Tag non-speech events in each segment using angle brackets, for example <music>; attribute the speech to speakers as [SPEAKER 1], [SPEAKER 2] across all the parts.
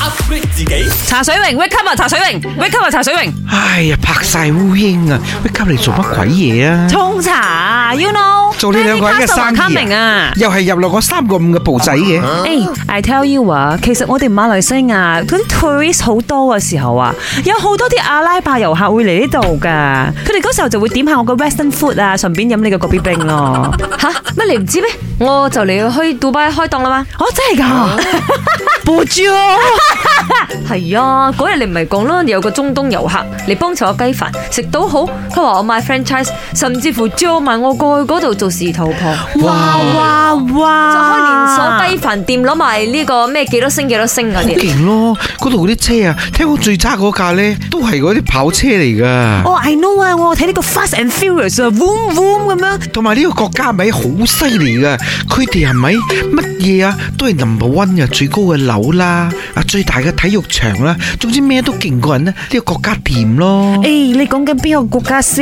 [SPEAKER 1] upgrade 自己。
[SPEAKER 2] 茶水榮，wake up 啊！茶水榮，wake up 啊！茶水榮，
[SPEAKER 3] 哎呀，拍晒烏蠅啊！喂，急你做乜鬼嘢啊？
[SPEAKER 2] 沖茶啊，you know，
[SPEAKER 3] 做呢兩個人嘅生意
[SPEAKER 2] coming 啊！
[SPEAKER 3] 又係入落我三個五嘅步仔嘅。
[SPEAKER 2] 誒，I tell you 啊，其實我哋馬來西亞嗰啲 tourist 好多嘅時候啊，有好多啲阿拉伯遊客會嚟呢度噶，佢哋嗰時候就會點下我個 Western food 啊，順便飲你個 kopi beng <laughs> 咯。
[SPEAKER 4] 吓乜你唔知咩？我就嚟要去杜拜開檔啦嘛。
[SPEAKER 2] 哦，真係噶，博豬哦！
[SPEAKER 4] 係啊，嗰日你唔係講啦，有個中東遊客嚟幫襯我雞飯，食到好，佢話我買 franchise，甚至乎叫埋我過去嗰度做侍頭婆，
[SPEAKER 2] 哇哇
[SPEAKER 4] 就
[SPEAKER 2] 哇！
[SPEAKER 4] 開連鎖雞飯店，攞埋呢個咩幾多星幾多星嗰
[SPEAKER 3] 好
[SPEAKER 4] 啲。
[SPEAKER 3] 勁咯！嗰度嗰啲車啊，聽講最差嗰架咧，都係嗰啲跑車嚟噶。
[SPEAKER 2] 哦，I know 啊，我睇呢個 Fast and Furious 啊，Vroom Vroom 咁樣。
[SPEAKER 3] 同埋呢個國家咪好犀利噶，佢哋係咪乜嘢啊？都係 number one 嘅最高嘅樓啦，啊最大嘅體育場啦，總之咩都勁過人咧。呢個國家掂咯
[SPEAKER 2] 誒，，你講緊邊個國家先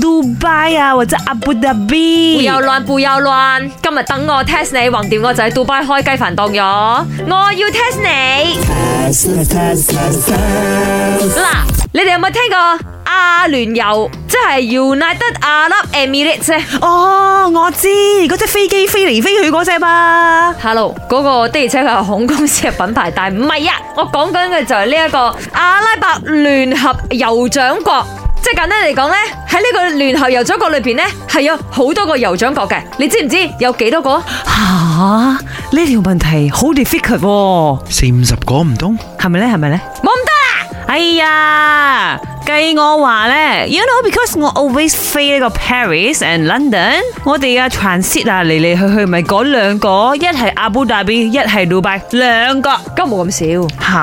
[SPEAKER 2] ？Dubai 啊，或者 Abu
[SPEAKER 4] 不
[SPEAKER 2] Dhabi？
[SPEAKER 4] 要亂，不要亂！今日等我 test 你，橫掂我就喺杜拜開雞飯檔咗。我要 test 你。嗱，你哋有冇聽過阿聯酋，即係 United Arab Emirates 咧
[SPEAKER 2] 哦，我知嗰只飛機飛嚟飛去嗰只嘛。
[SPEAKER 4] ？Hello，嗰個的而且確係航空公司嘅品牌，但係唔係啊！我講緊嘅就係呢一個阿拉伯聯合酋長國。即係簡單嚟講呢，喺呢個聯合酋長國裏邊呢，係有好多個酋長國嘅。你知唔知有幾多個？
[SPEAKER 2] 吓，呢條問題好 difficult 喎，
[SPEAKER 3] 四五十個唔通？。
[SPEAKER 2] 係咪咧？係咪咧？
[SPEAKER 4] 冇咁多啦！
[SPEAKER 2] 哎呀，計我話咧，you know because 我 always 飛呢個 Paris and London，我哋嘅 transit à, 啊嚟嚟去去咪嗰兩個，一係阿布達比，一係杜拜，兩個
[SPEAKER 4] 今日冇咁
[SPEAKER 2] 吓。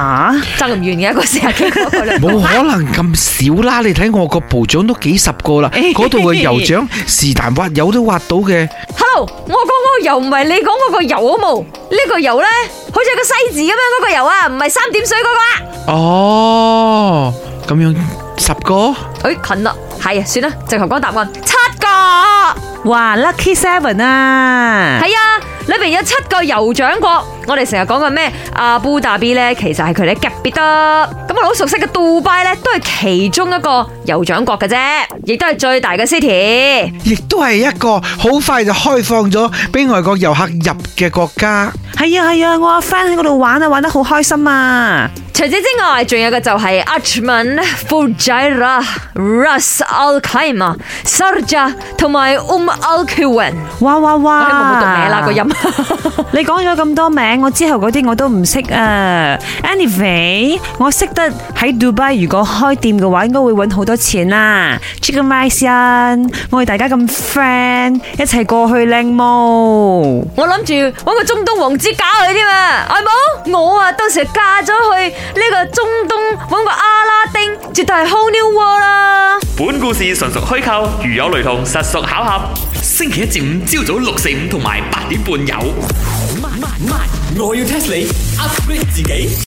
[SPEAKER 4] 少，爭咁遠嘅一個四十幾個概率
[SPEAKER 3] <laughs> 冇可能咁少啦！你睇我個部長都幾十個啦，嗰度嘅酋長是但挖油都挖到嘅，
[SPEAKER 4] Hello，我講嗰個油唔係你講嗰個油好冇？呢個油咧，好似有個西字咁樣嗰個油啊，唔係三點水嗰個啊。
[SPEAKER 3] 哦，咁樣十個。
[SPEAKER 4] 誒，近啦，係啊，算啦，直頭講答案，七個，係
[SPEAKER 2] 哇，Lucky Seven 啊！
[SPEAKER 4] 啊，裏邊有七個酋長國。我哋成日講嘅咩阿布達比咧，其實係佢哋嘅別得。咁我好熟悉嘅杜拜咧，都係其中一個酋長國嘅啫，亦都係最大嘅 city。
[SPEAKER 3] 亦都係一個好快就開放咗俾外國遊客入嘅國家。
[SPEAKER 2] 係啊係啊，我阿 friend 喺嗰度玩啊，玩得好開心啊！
[SPEAKER 4] 除此之外，仲有嘅就係 Ajman、Fujairah、Ras Al Khaimah、Sharjah 同埋 Um Al Quwain。
[SPEAKER 2] 哇哇哇！
[SPEAKER 4] 哎我哋冇讀名啦個音。 <laughs>
[SPEAKER 2] 你講咗咁多名，我之後嗰啲我都唔識啊。Anyway，我識得喺 Dubai 如果開店嘅話，應該會揾好多錢啦。Chicken rice 啊，我哋大家咁 friend，一齊過去靚模。
[SPEAKER 4] 我諗住揾個中東王子嫁佢添啊，係冇？我啊到時嫁咗去呢個中東揾個阿拉丁，絕對係 whole new world 啦。
[SPEAKER 1] 本故事純屬虛構，如有雷同，實屬巧合。星期一至五朝早六四五同埋八點半有。慢慢慢，我要 test 你 upgrade 自己。